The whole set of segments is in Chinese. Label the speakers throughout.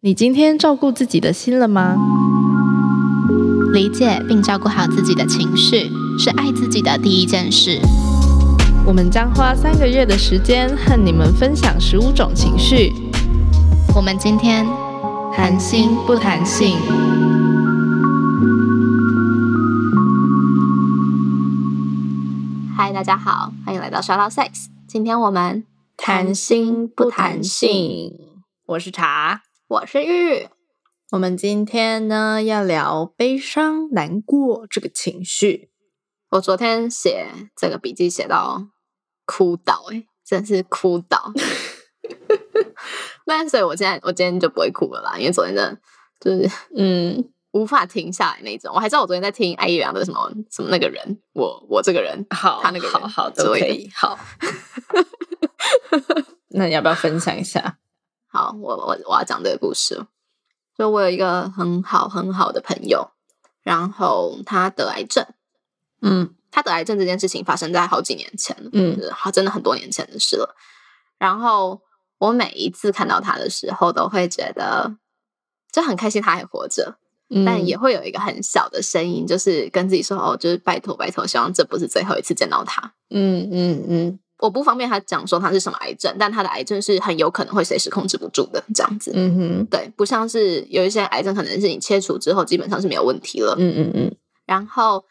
Speaker 1: 你今天照顾自己的心了吗？
Speaker 2: 理解并照顾好自己的情绪，是爱自己的第一件事。
Speaker 1: 我们将花三个月的时间和你们分享十五种情绪，
Speaker 2: 我们今天
Speaker 1: 谈心不谈性。
Speaker 2: 嗨，大家好，欢迎来到 Shout Out Sex。今天我们
Speaker 1: 谈心不谈性，我是茶。
Speaker 2: 我是玉。
Speaker 1: 我们今天呢要聊悲伤、难过这个情绪。
Speaker 2: 我昨天写这个笔记写到哭倒、欸，哎，真是哭 倒。但所以我现在我今天就不会哭了啦，因为昨天真的就是嗯无法停下来那种。我还知道我昨天在听艾怡良的什么什么那个人，我我这个人，
Speaker 1: 好，
Speaker 2: 他那个人
Speaker 1: 好好都
Speaker 2: 之类
Speaker 1: 可
Speaker 2: 的
Speaker 1: 以。 好，那你要不要分享一下？
Speaker 2: 好，我我我要讲这个故事。就我有一个很好很好的朋友，然后他得癌症，
Speaker 1: 嗯
Speaker 2: 他得癌症这件事情发生在好几年前了，
Speaker 1: 嗯
Speaker 2: 就是好真的很多年前的事了。然后我每一次看到他的时候，都会觉得就很开心他还活着，
Speaker 1: 嗯
Speaker 2: 但也会有一个很小的声音，就是跟自己说：“哦，就是拜托拜托，希望这不是最后一次见到他。
Speaker 1: 嗯嗯嗯”
Speaker 2: 我不方便他讲说他是什么癌症，但他的癌症是很有可能会随时控制不住的，这样子。
Speaker 1: 嗯哼，
Speaker 2: 对，不像是有一些癌症，可能是你切除之后基本上是没有问题了。
Speaker 1: 嗯嗯嗯
Speaker 2: 然后，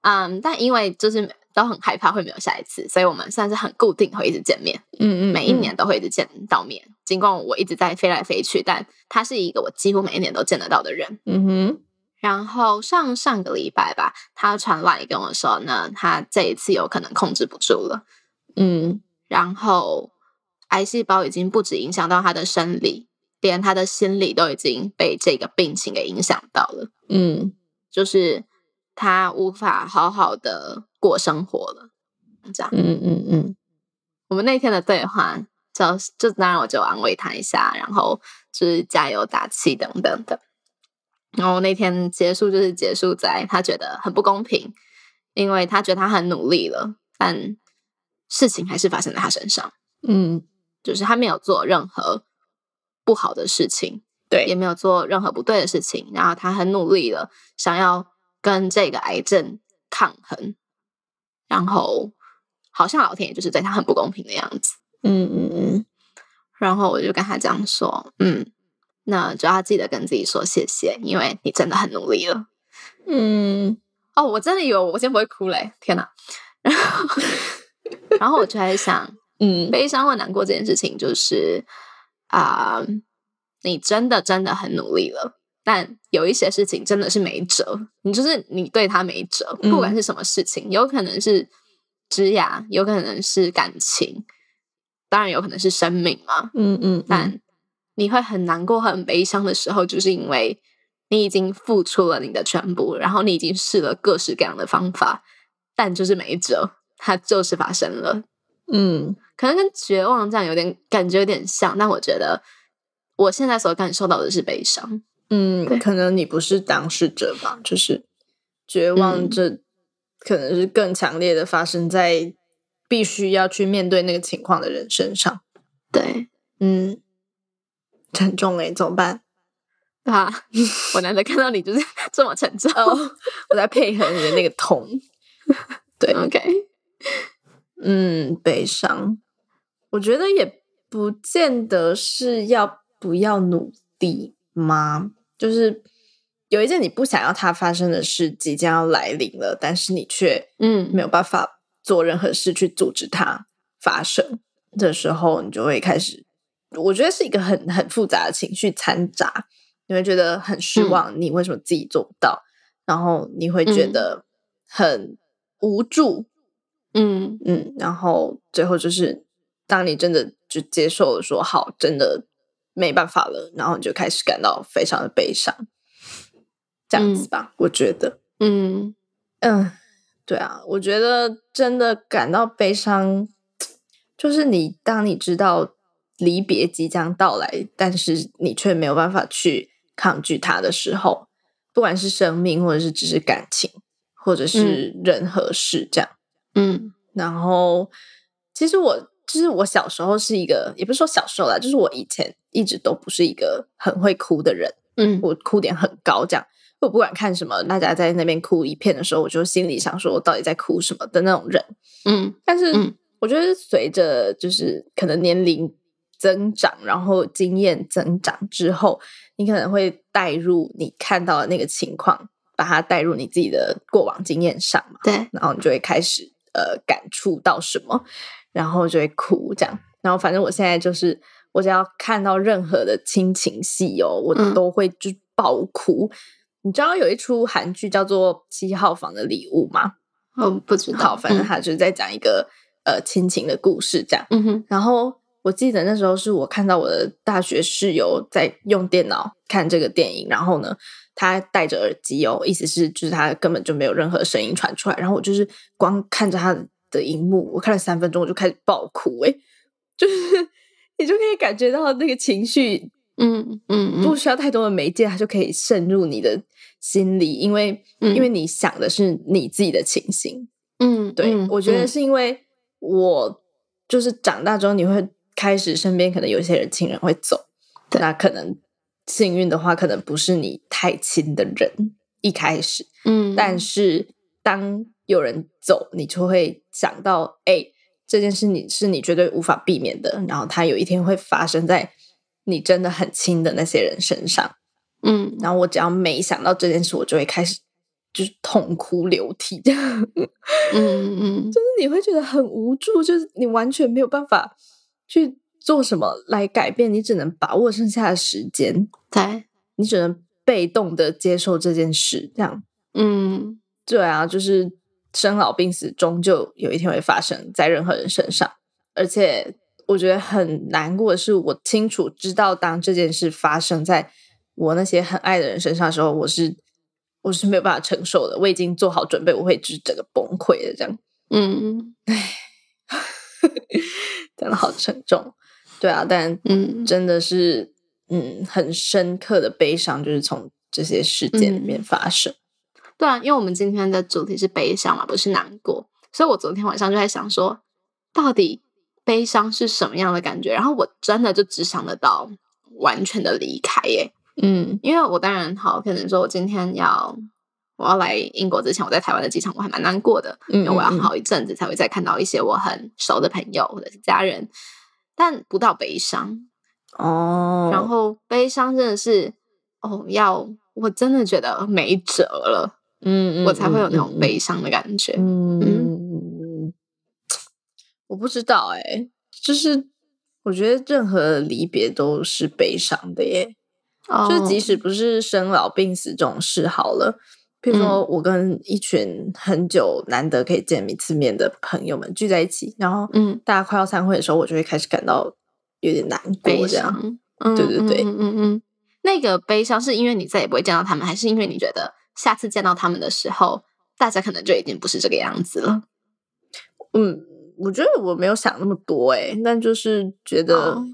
Speaker 2: 嗯，但因为就是都很害怕会没有下一次，所以我们算是很固定会一直见面，
Speaker 1: 嗯嗯，
Speaker 2: 每一年都会一直见到面。尽管我一直在飞来飞去，但他是一个我几乎每一年都见得到的人。
Speaker 1: 嗯，嗯哼，
Speaker 2: 然后上上个礼拜吧，他传来跟我说呢，他这一次有可能控制不住了，
Speaker 1: 嗯
Speaker 2: 然后癌细胞已经不止影响到他的生理，连他的心理都已经被这个病情给影响到了。
Speaker 1: 嗯
Speaker 2: 就是他无法好好的过生活了。这样，
Speaker 1: 嗯嗯嗯
Speaker 2: 我们那天的对话，就就当然我就安慰他一下，然后就是加油打气等等的。然后那天结束就是结束在他觉得很不公平，因为他觉得他很努力了，但事情还是发生在他身上，
Speaker 1: 嗯，
Speaker 2: 就是他没有做任何不好的事情，也
Speaker 1: 对，
Speaker 2: 没有做任何不对的事情，然后他很努力了，想要跟这个癌症抗衡，然后好像老天爷就是对他很不公平的样子。
Speaker 1: 嗯嗯嗯
Speaker 2: 然后我就跟他这样说，嗯，那就要记得跟自己说谢谢，因为你真的很努力了。
Speaker 1: 嗯
Speaker 2: 哦，我真的以为我今天不会哭嘞，天哪！ 然后， 然后我就在想，
Speaker 1: 嗯
Speaker 2: 悲伤或难过这件事情，就是啊、你真的真的很努力了，但有一些事情真的是没辙，你就是你对他没辙，
Speaker 1: 嗯
Speaker 2: 不管是什么事情，有可能是职涯，有可能是感情，当然有可能是生命嘛，
Speaker 1: 嗯嗯，
Speaker 2: 但你会很难过、很悲伤的时候，就是因为你已经付出了你的全部，然后你已经试了各式各样的方法，但就是没辙，它就是发生了。
Speaker 1: 嗯
Speaker 2: 可能跟绝望这样有点感觉有点像，但我觉得我现在所感受到的是悲伤。
Speaker 1: 嗯，
Speaker 2: 对
Speaker 1: 可能你不是当事者吧，就是绝望
Speaker 2: 嗯
Speaker 1: 这、可能是更强烈的发生在必须要去面对那个情况的人身上。
Speaker 2: 对，
Speaker 1: 嗯，沉重哎、怎么办？
Speaker 2: 对啊， 我难得看到你就是 这么沉重。
Speaker 1: 哦，我在配合你的那个痛。对，
Speaker 2: OK，
Speaker 1: 嗯，悲伤，我觉得也不见得是要不要努力吗？就是有一件你不想要它发生的事即将要来临了，但是你却
Speaker 2: 嗯，
Speaker 1: 没有办法做任何事去阻止它发生的时候，你就会开始，我觉得是一个很很复杂的情绪掺杂，你会觉得很失望，你为什么自己做不到，然后你会觉
Speaker 2: 嗯
Speaker 1: 得很无助，
Speaker 2: 嗯
Speaker 1: 嗯，然后最后就是当你真的就接受了说好，真的没办法了，然后你就开始感到非常的悲伤，这样子吧，我觉得，
Speaker 2: 嗯
Speaker 1: 嗯，对啊，我觉得真的感到悲伤，就是你当你知道离别即将到来，但是你却没有办法去抗拒它的时候，不管是生命，或者是只是感情，或者是任何事，这样。
Speaker 2: 嗯
Speaker 1: 然后其实我就是我小时候是一个，也不是说小时候啦，就是我以前一直都不是一个很会哭的人，
Speaker 2: 嗯，
Speaker 1: 我哭点很高，这样我不管看什么，大家在那边哭一片的时候，我就心里想说，我到底在哭什么的那种人。
Speaker 2: 嗯
Speaker 1: 但是
Speaker 2: 嗯
Speaker 1: 我觉得随着就是可能年龄增长，然后经验增长之后，你可能会带入你看到的那个情况，把它带入你自己的过往经验上嘛，
Speaker 2: 对，
Speaker 1: 然后你就会开始呃感触到什么，然后就会哭这样。然后反正我现在就是，我只要看到任何的亲情戏哦，我
Speaker 2: 嗯
Speaker 1: 都会就爆哭。你知道有一出韩剧叫做《七号房的礼物》吗？
Speaker 2: 我不知道，
Speaker 1: 好，反正
Speaker 2: 嗯
Speaker 1: 他就是在讲一个、呃亲情的故事这样。
Speaker 2: 嗯哼，
Speaker 1: 然后我记得那时候是我看到我的大学室友在用电脑看这个电影，然后呢，他戴着耳机哦，意思是就是他根本就没有任何声音传出来，然后我就是光看着他的荧幕，我看了三分钟我就开始爆哭、诶，就是 你就可以感觉到那个情绪
Speaker 2: 嗯嗯
Speaker 1: 不
Speaker 2: 嗯，
Speaker 1: 需要太多的媒介，它就可以渗入你的心里，因为、
Speaker 2: 嗯
Speaker 1: 因为你想的是你自己的情形。
Speaker 2: 嗯，
Speaker 1: 对，
Speaker 2: 嗯
Speaker 1: 我觉得
Speaker 2: 嗯
Speaker 1: 是因为我就是长大之后，你会开始身边可能有一些人亲人会走，
Speaker 2: 对
Speaker 1: 那可能幸运的话，可能不是你太亲的人一开始，
Speaker 2: 嗯，
Speaker 1: 但是当有人走，你就会想到，哎、这件事你是你绝对无法避免的，然后它有一天会发生在你真的很亲的那些人身上。
Speaker 2: 嗯，
Speaker 1: 然后我只要没想到这件事，我就会开始就是痛哭流涕这样。
Speaker 2: 嗯嗯
Speaker 1: 就是你会觉得很无助，就是你完全没有办法去做什么来改变，你只能把握剩下的时间，
Speaker 2: 对，
Speaker 1: 你只能被动的接受这件事。这样，
Speaker 2: 嗯
Speaker 1: 对啊，就是生老病死，终究有一天会发生在任何人身上。而且我觉得很难过的是，我清楚知道，当这件事发生在我那些很爱的人身上的时候，我是我是没有办法承受的。我已经做好准备，我会就是整个崩溃的这样。
Speaker 2: 嗯
Speaker 1: 真的好沉重。对啊，但
Speaker 2: 嗯，
Speaker 1: 真的是，嗯，很深刻的悲伤就是从这些事
Speaker 2: 嗯
Speaker 1: 件里面发生。
Speaker 2: 对啊，因为我们今天的主题是悲伤嘛，不是难过，所以我昨天晚上就在想说，到底悲伤是什么样的感觉？然后我真的就只想得到完全的离开耶，
Speaker 1: 嗯
Speaker 2: 因为我当然好，可能说我今天要我要来英国之前，我在台湾的机场我还蛮难过的，
Speaker 1: 嗯
Speaker 2: 因为我要
Speaker 1: 嗯嗯
Speaker 2: 好一阵子才会再看到一些我很熟的朋友或者是家人，但不到悲伤，
Speaker 1: 哦，
Speaker 2: 嗯然后悲伤真的是哦，要我真的觉得没辙了，
Speaker 1: 嗯，嗯
Speaker 2: 我才会有那种。
Speaker 1: 嗯
Speaker 2: 悲伤的感觉。
Speaker 1: 嗯
Speaker 2: 嗯
Speaker 1: 嗯，我不知道哎、就是我觉得任何离别都是悲伤的耶。
Speaker 2: 哦
Speaker 1: 就即使不是生老病死这种事好了，譬如
Speaker 2: 嗯
Speaker 1: 说我跟一群很久难得可以见一次面的朋友们聚在一起，然后
Speaker 2: 嗯
Speaker 1: 大家快要散会的时候，我就会开始感到有点难
Speaker 2: 悲
Speaker 1: 过，这样
Speaker 2: 伤，嗯
Speaker 1: 对对对
Speaker 2: 嗯嗯嗯嗯，那个悲伤是因为你再也不会见到他们，还是因为你觉得下次见到他们的时候，大家可能就已经不是这个样子了？
Speaker 1: 嗯。我觉得我没有想那么多诶、但就是觉得
Speaker 2: 哦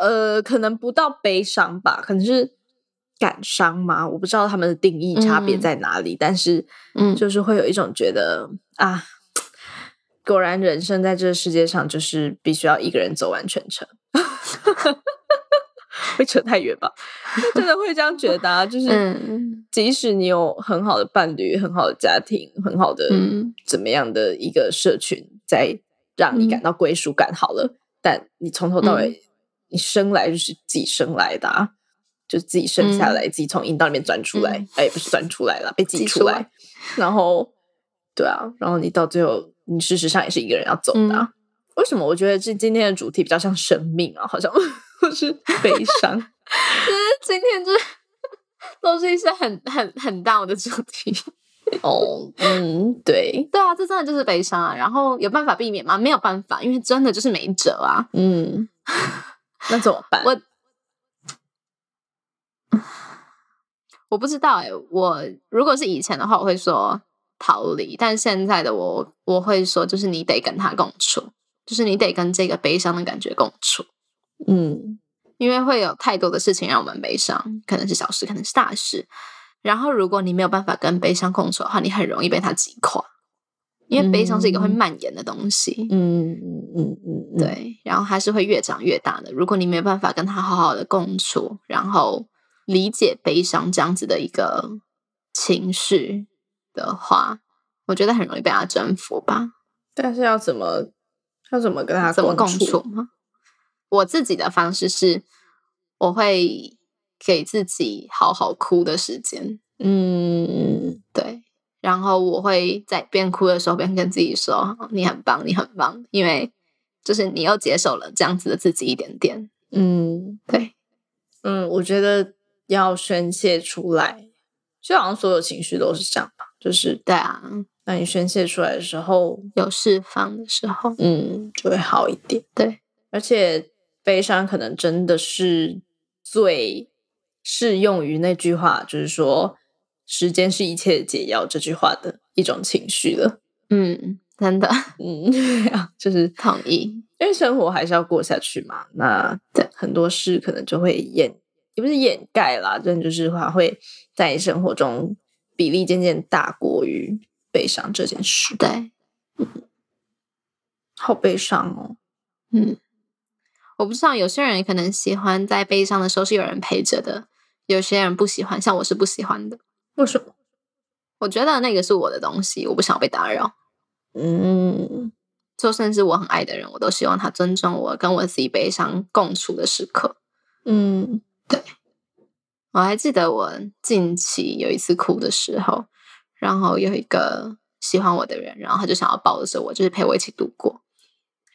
Speaker 1: 呃，可能不到悲伤吧，可能是感伤吗？我不知道他们的定义差别
Speaker 2: 嗯
Speaker 1: 在哪里，但是
Speaker 2: 嗯
Speaker 1: 就是会有一种觉得啊，果然人生在这个世界上就是必须要一个人走完全程， 会扯太远吧？ 真的会这样觉得、啊，就是
Speaker 2: 嗯
Speaker 1: 即使你有很好的伴侣、很好的家庭、很好的
Speaker 2: 嗯
Speaker 1: 怎么样的一个社群，在让你感
Speaker 2: 嗯
Speaker 1: 到归属感好了，但你从头到尾、
Speaker 2: 嗯
Speaker 1: 你生来就是自己生来的、啊。就自己生下
Speaker 2: 嗯
Speaker 1: 来，自己从阴道里面钻出来，
Speaker 2: 嗯
Speaker 1: 哎，不是钻出来了，被挤
Speaker 2: 挤
Speaker 1: 出
Speaker 2: 出
Speaker 1: 来，
Speaker 2: 来
Speaker 1: 然后，对啊，然后你到最后，你事实上也是一个人要走的、
Speaker 2: 嗯
Speaker 1: 啊。为什么我觉得这今天的主题比较像生命啊？好像 或是悲伤。
Speaker 2: 今天就是 都是一些很很很大的主题。
Speaker 1: 哦，嗯，对，
Speaker 2: 对啊，这真的就是悲伤啊。然后有办法避免吗？没有办法，因为真的就是没辙啊。
Speaker 1: 嗯，那怎么办？
Speaker 2: 我我不知道哎、我如果是以前的话，我会说逃离，但现在的我，我会说就是你得跟他共处，就是你得跟这个悲伤的感觉共处，
Speaker 1: 嗯
Speaker 2: 因为会有太多的事情让我们悲伤，可能是小事，可能是大事。然后如果你没有办法跟悲伤共处的话，你很容易被它击垮。因为悲伤是一个会蔓延的东西。
Speaker 1: 嗯嗯嗯嗯，嗯，
Speaker 2: 对，然后它是会越长越大的。如果你没有办法跟他好好的共处，然后理解悲伤这样子的一个情绪的话，我觉得很容易被他征服吧。
Speaker 1: 但是要怎么要怎么跟他
Speaker 2: 怎么共
Speaker 1: 处？
Speaker 2: 处吗？我自己的方式是，我会给自己好好哭的时间，
Speaker 1: 嗯，
Speaker 2: 对，然后我会在边哭的时候边跟自己说：“你很棒，你很棒。”因为就是你又接受了这样子的自己一点点，
Speaker 1: 嗯
Speaker 2: 对，
Speaker 1: 嗯，我觉得要宣泄出来，就好像所有情绪都是这样吧，就是
Speaker 2: 对啊，
Speaker 1: 当你宣泄出来的时候，
Speaker 2: 有释放的时候，
Speaker 1: 嗯，就会好一点。
Speaker 2: 对，
Speaker 1: 而且悲伤可能真的是最适用于那句话，就是说“时间是一切的解药”这句话的一种情绪了。
Speaker 2: 嗯，真的
Speaker 1: 嗯， 就是
Speaker 2: 同意，
Speaker 1: 因为生活还是要过下去嘛，那
Speaker 2: 对
Speaker 1: 很多事可能就会掩，也不是掩盖啦，真的就是话会在生活中比例渐渐大过于悲伤这件事。
Speaker 2: 对，
Speaker 1: 好悲伤哦，
Speaker 2: 嗯，我不知道有些人可能喜欢在悲伤的时候是有人陪着的，有些人不喜欢，像我是不喜欢的。
Speaker 1: 为什么？
Speaker 2: 我觉得那个是我的东西，我不想被打扰。
Speaker 1: 嗯
Speaker 2: 就甚至我很爱的人，我都希望他尊重我跟我自己悲伤共处的时刻。
Speaker 1: 嗯
Speaker 2: 我还记得我近期有一次哭的时候，然后有一个喜欢我的人，然后他就想要抱着我，就是陪我一起度过。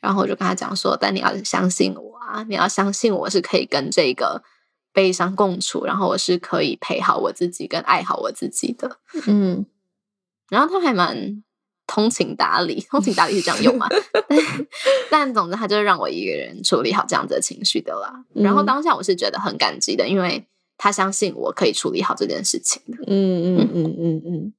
Speaker 2: 然后我就跟他讲说：“但你要相信我啊，你要相信我是可以跟这个悲伤共处，然后我是可以陪好我自己，跟爱好我自己的。
Speaker 1: 嗯，”
Speaker 2: 然后他还蛮通情达理，通情达理是这样 用吗？但但总之，他就是让我一个人处理好这样子的情绪的啦。然后
Speaker 1: 嗯
Speaker 2: 当下我是觉得很感激的，因为他相信我可以处理好这件事情的。
Speaker 1: 嗯嗯嗯嗯嗯，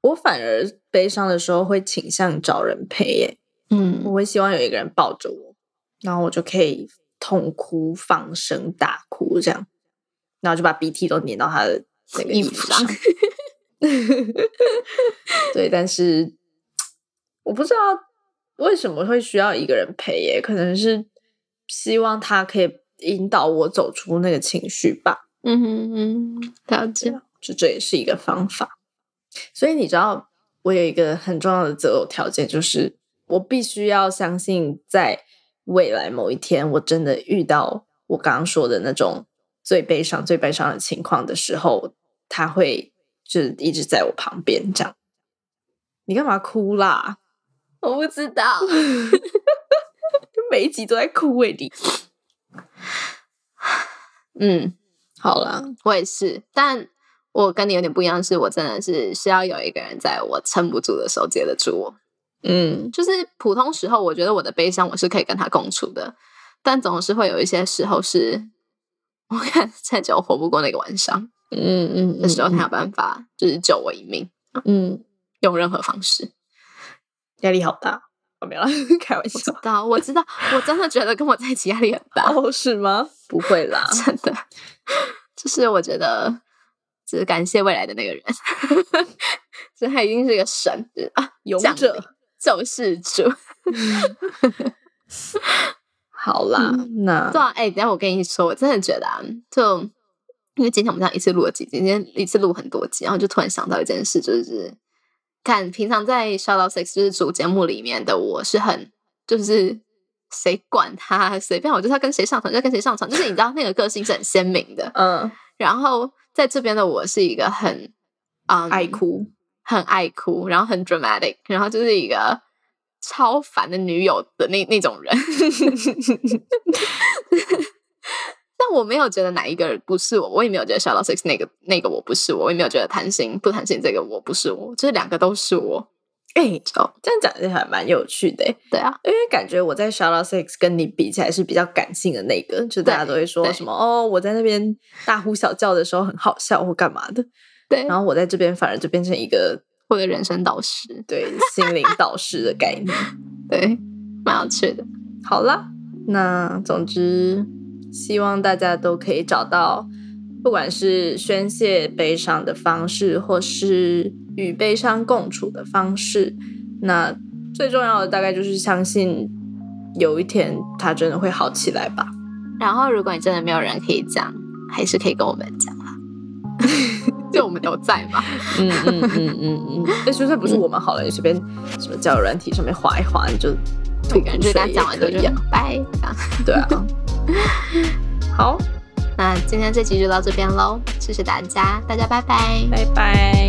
Speaker 1: 我反而悲伤的时候会倾向找人陪耶，我
Speaker 2: 嗯
Speaker 1: 会希望有一个人抱着我，然后我就可以痛哭、放声大哭这样，然后就把鼻涕都粘到他的那个
Speaker 2: 衣
Speaker 1: 衣
Speaker 2: 服
Speaker 1: 服
Speaker 2: 上
Speaker 1: 上。 对，但是我不知道为什么会需要一个人陪耶，可能是希望他可以引导我走出那个情绪吧。
Speaker 2: 嗯哼嗯，了解。
Speaker 1: 就这也是一个方法。所以你知道，我有一个很重要的择偶条件，就是我必须要相信，在未来某一天，我真的遇到我刚刚说的那种最悲伤、最悲伤的情况的时候，他会就是一直在我旁边这样。你干嘛哭啦？
Speaker 2: 我不知道，
Speaker 1: 每一集都在哭喂、你。
Speaker 2: 嗯，
Speaker 1: 好啦，
Speaker 2: 我也是，但我跟你有点不一样，是我真的是需要有一个人在我撑不住的时候接得住我。
Speaker 1: 嗯
Speaker 2: 就是普通时候，我觉得我的悲伤我是可以跟他共处的，但总是会有一些时候是，我看太久活不过那个晚上
Speaker 1: 嗯嗯
Speaker 2: 的时候，他有办法就是救我一命，
Speaker 1: 嗯
Speaker 2: 用任何方式。
Speaker 1: 压力好大，我、没有啦， 开玩笑。
Speaker 2: 知啊道，我知道，我真的觉得跟我在一起压力很 大，
Speaker 1: 哦，是吗？不会 啦，
Speaker 2: 真的，就是我觉得，只是感谢未来的那个人， 所以他已经是个神就是啊，
Speaker 1: 勇
Speaker 2: 降
Speaker 1: 者
Speaker 2: 临。救世主。
Speaker 1: 好啦，那
Speaker 2: 对啊，哎、等一下我跟你说，我真的觉得啊，就因为今天我们这样一次录了几集，今天一次录很多集，然后就突然想到一件事，就是看平常在《Shout Out Six》就是主节目里面的我是很就是。谁管他？随便，我就是要跟谁上床就跟谁上床，就是你知道那个个性是很鲜明的。
Speaker 1: 嗯，
Speaker 2: 然后在这边的我是一个很嗯
Speaker 1: 爱，哭，
Speaker 2: 很爱哭，然后很 dramatic，然后就是一个超烦的女友的那那种人。 但我没有觉得哪一个不是我，我也没有觉得 s h o u t o Six 那个那个我不是我，我也没有觉得贪心不贪心这个我不是我，就是两个都是我。
Speaker 1: 哎、
Speaker 2: 就
Speaker 1: 这样讲就还蛮有趣的欸，
Speaker 2: 对啊，
Speaker 1: 因为感觉我在 Shout Out Six 跟你比起来是比较感性的那个，就大家
Speaker 2: 对
Speaker 1: 都会说
Speaker 2: 对
Speaker 1: 什么哦，我在那边大呼小叫的时候很好笑或干嘛的，
Speaker 2: 对，
Speaker 1: 然后我在这边反而就变成一个
Speaker 2: 我的人生导师，
Speaker 1: 对心灵导师的概念。
Speaker 2: 对，蛮有趣的。
Speaker 1: 好啦，那总之，希望大家都可以找到，不管是宣泄悲伤的方式，或是与悲伤共处的方式，那最重要的大概就是相信有一天他真的会好起来吧。
Speaker 2: 然后，如果你真的没有人可以讲，还是可以跟我们讲啦， 就我们有在嘛。
Speaker 1: 嗯嗯嗯嗯 嗯，那就算不是我们好了，你随便什么交友软体上面划一划，你就吐
Speaker 2: 对，感
Speaker 1: 口水
Speaker 2: 觉大家
Speaker 1: 也
Speaker 2: 讲完之
Speaker 1: 可
Speaker 2: 后就
Speaker 1: 以啊。
Speaker 2: 拜这样。
Speaker 1: 对啊。 好，
Speaker 2: 那今天这集就到这边喽，谢谢大家，大家拜拜。
Speaker 1: 拜拜。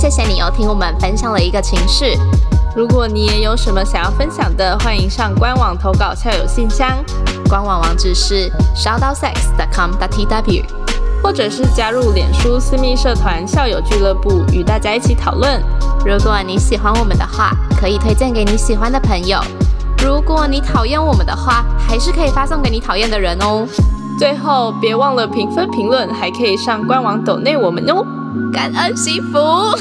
Speaker 2: 谢谢你又听我们分享了一个情绪，
Speaker 1: 如果你也有什么想要分享的，欢迎上官网投稿校友信箱，
Speaker 2: 官网网址是 shoutsex.com.tw。
Speaker 1: 或者是加入脸书私密社团校友俱乐部，与大家一起讨论。
Speaker 2: 如果你喜欢我们的话，可以推荐给你喜欢的朋友；如果你讨厌我们的话，还是可以发送给你讨厌的人哦。
Speaker 1: 最后，别忘了评分评论，还可以上官网抖内我们哦。
Speaker 2: 感恩惜福， 好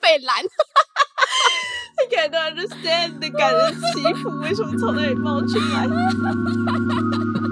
Speaker 2: 北蓝。
Speaker 1: I can't understand 的感人祈福为什么从那里冒出来？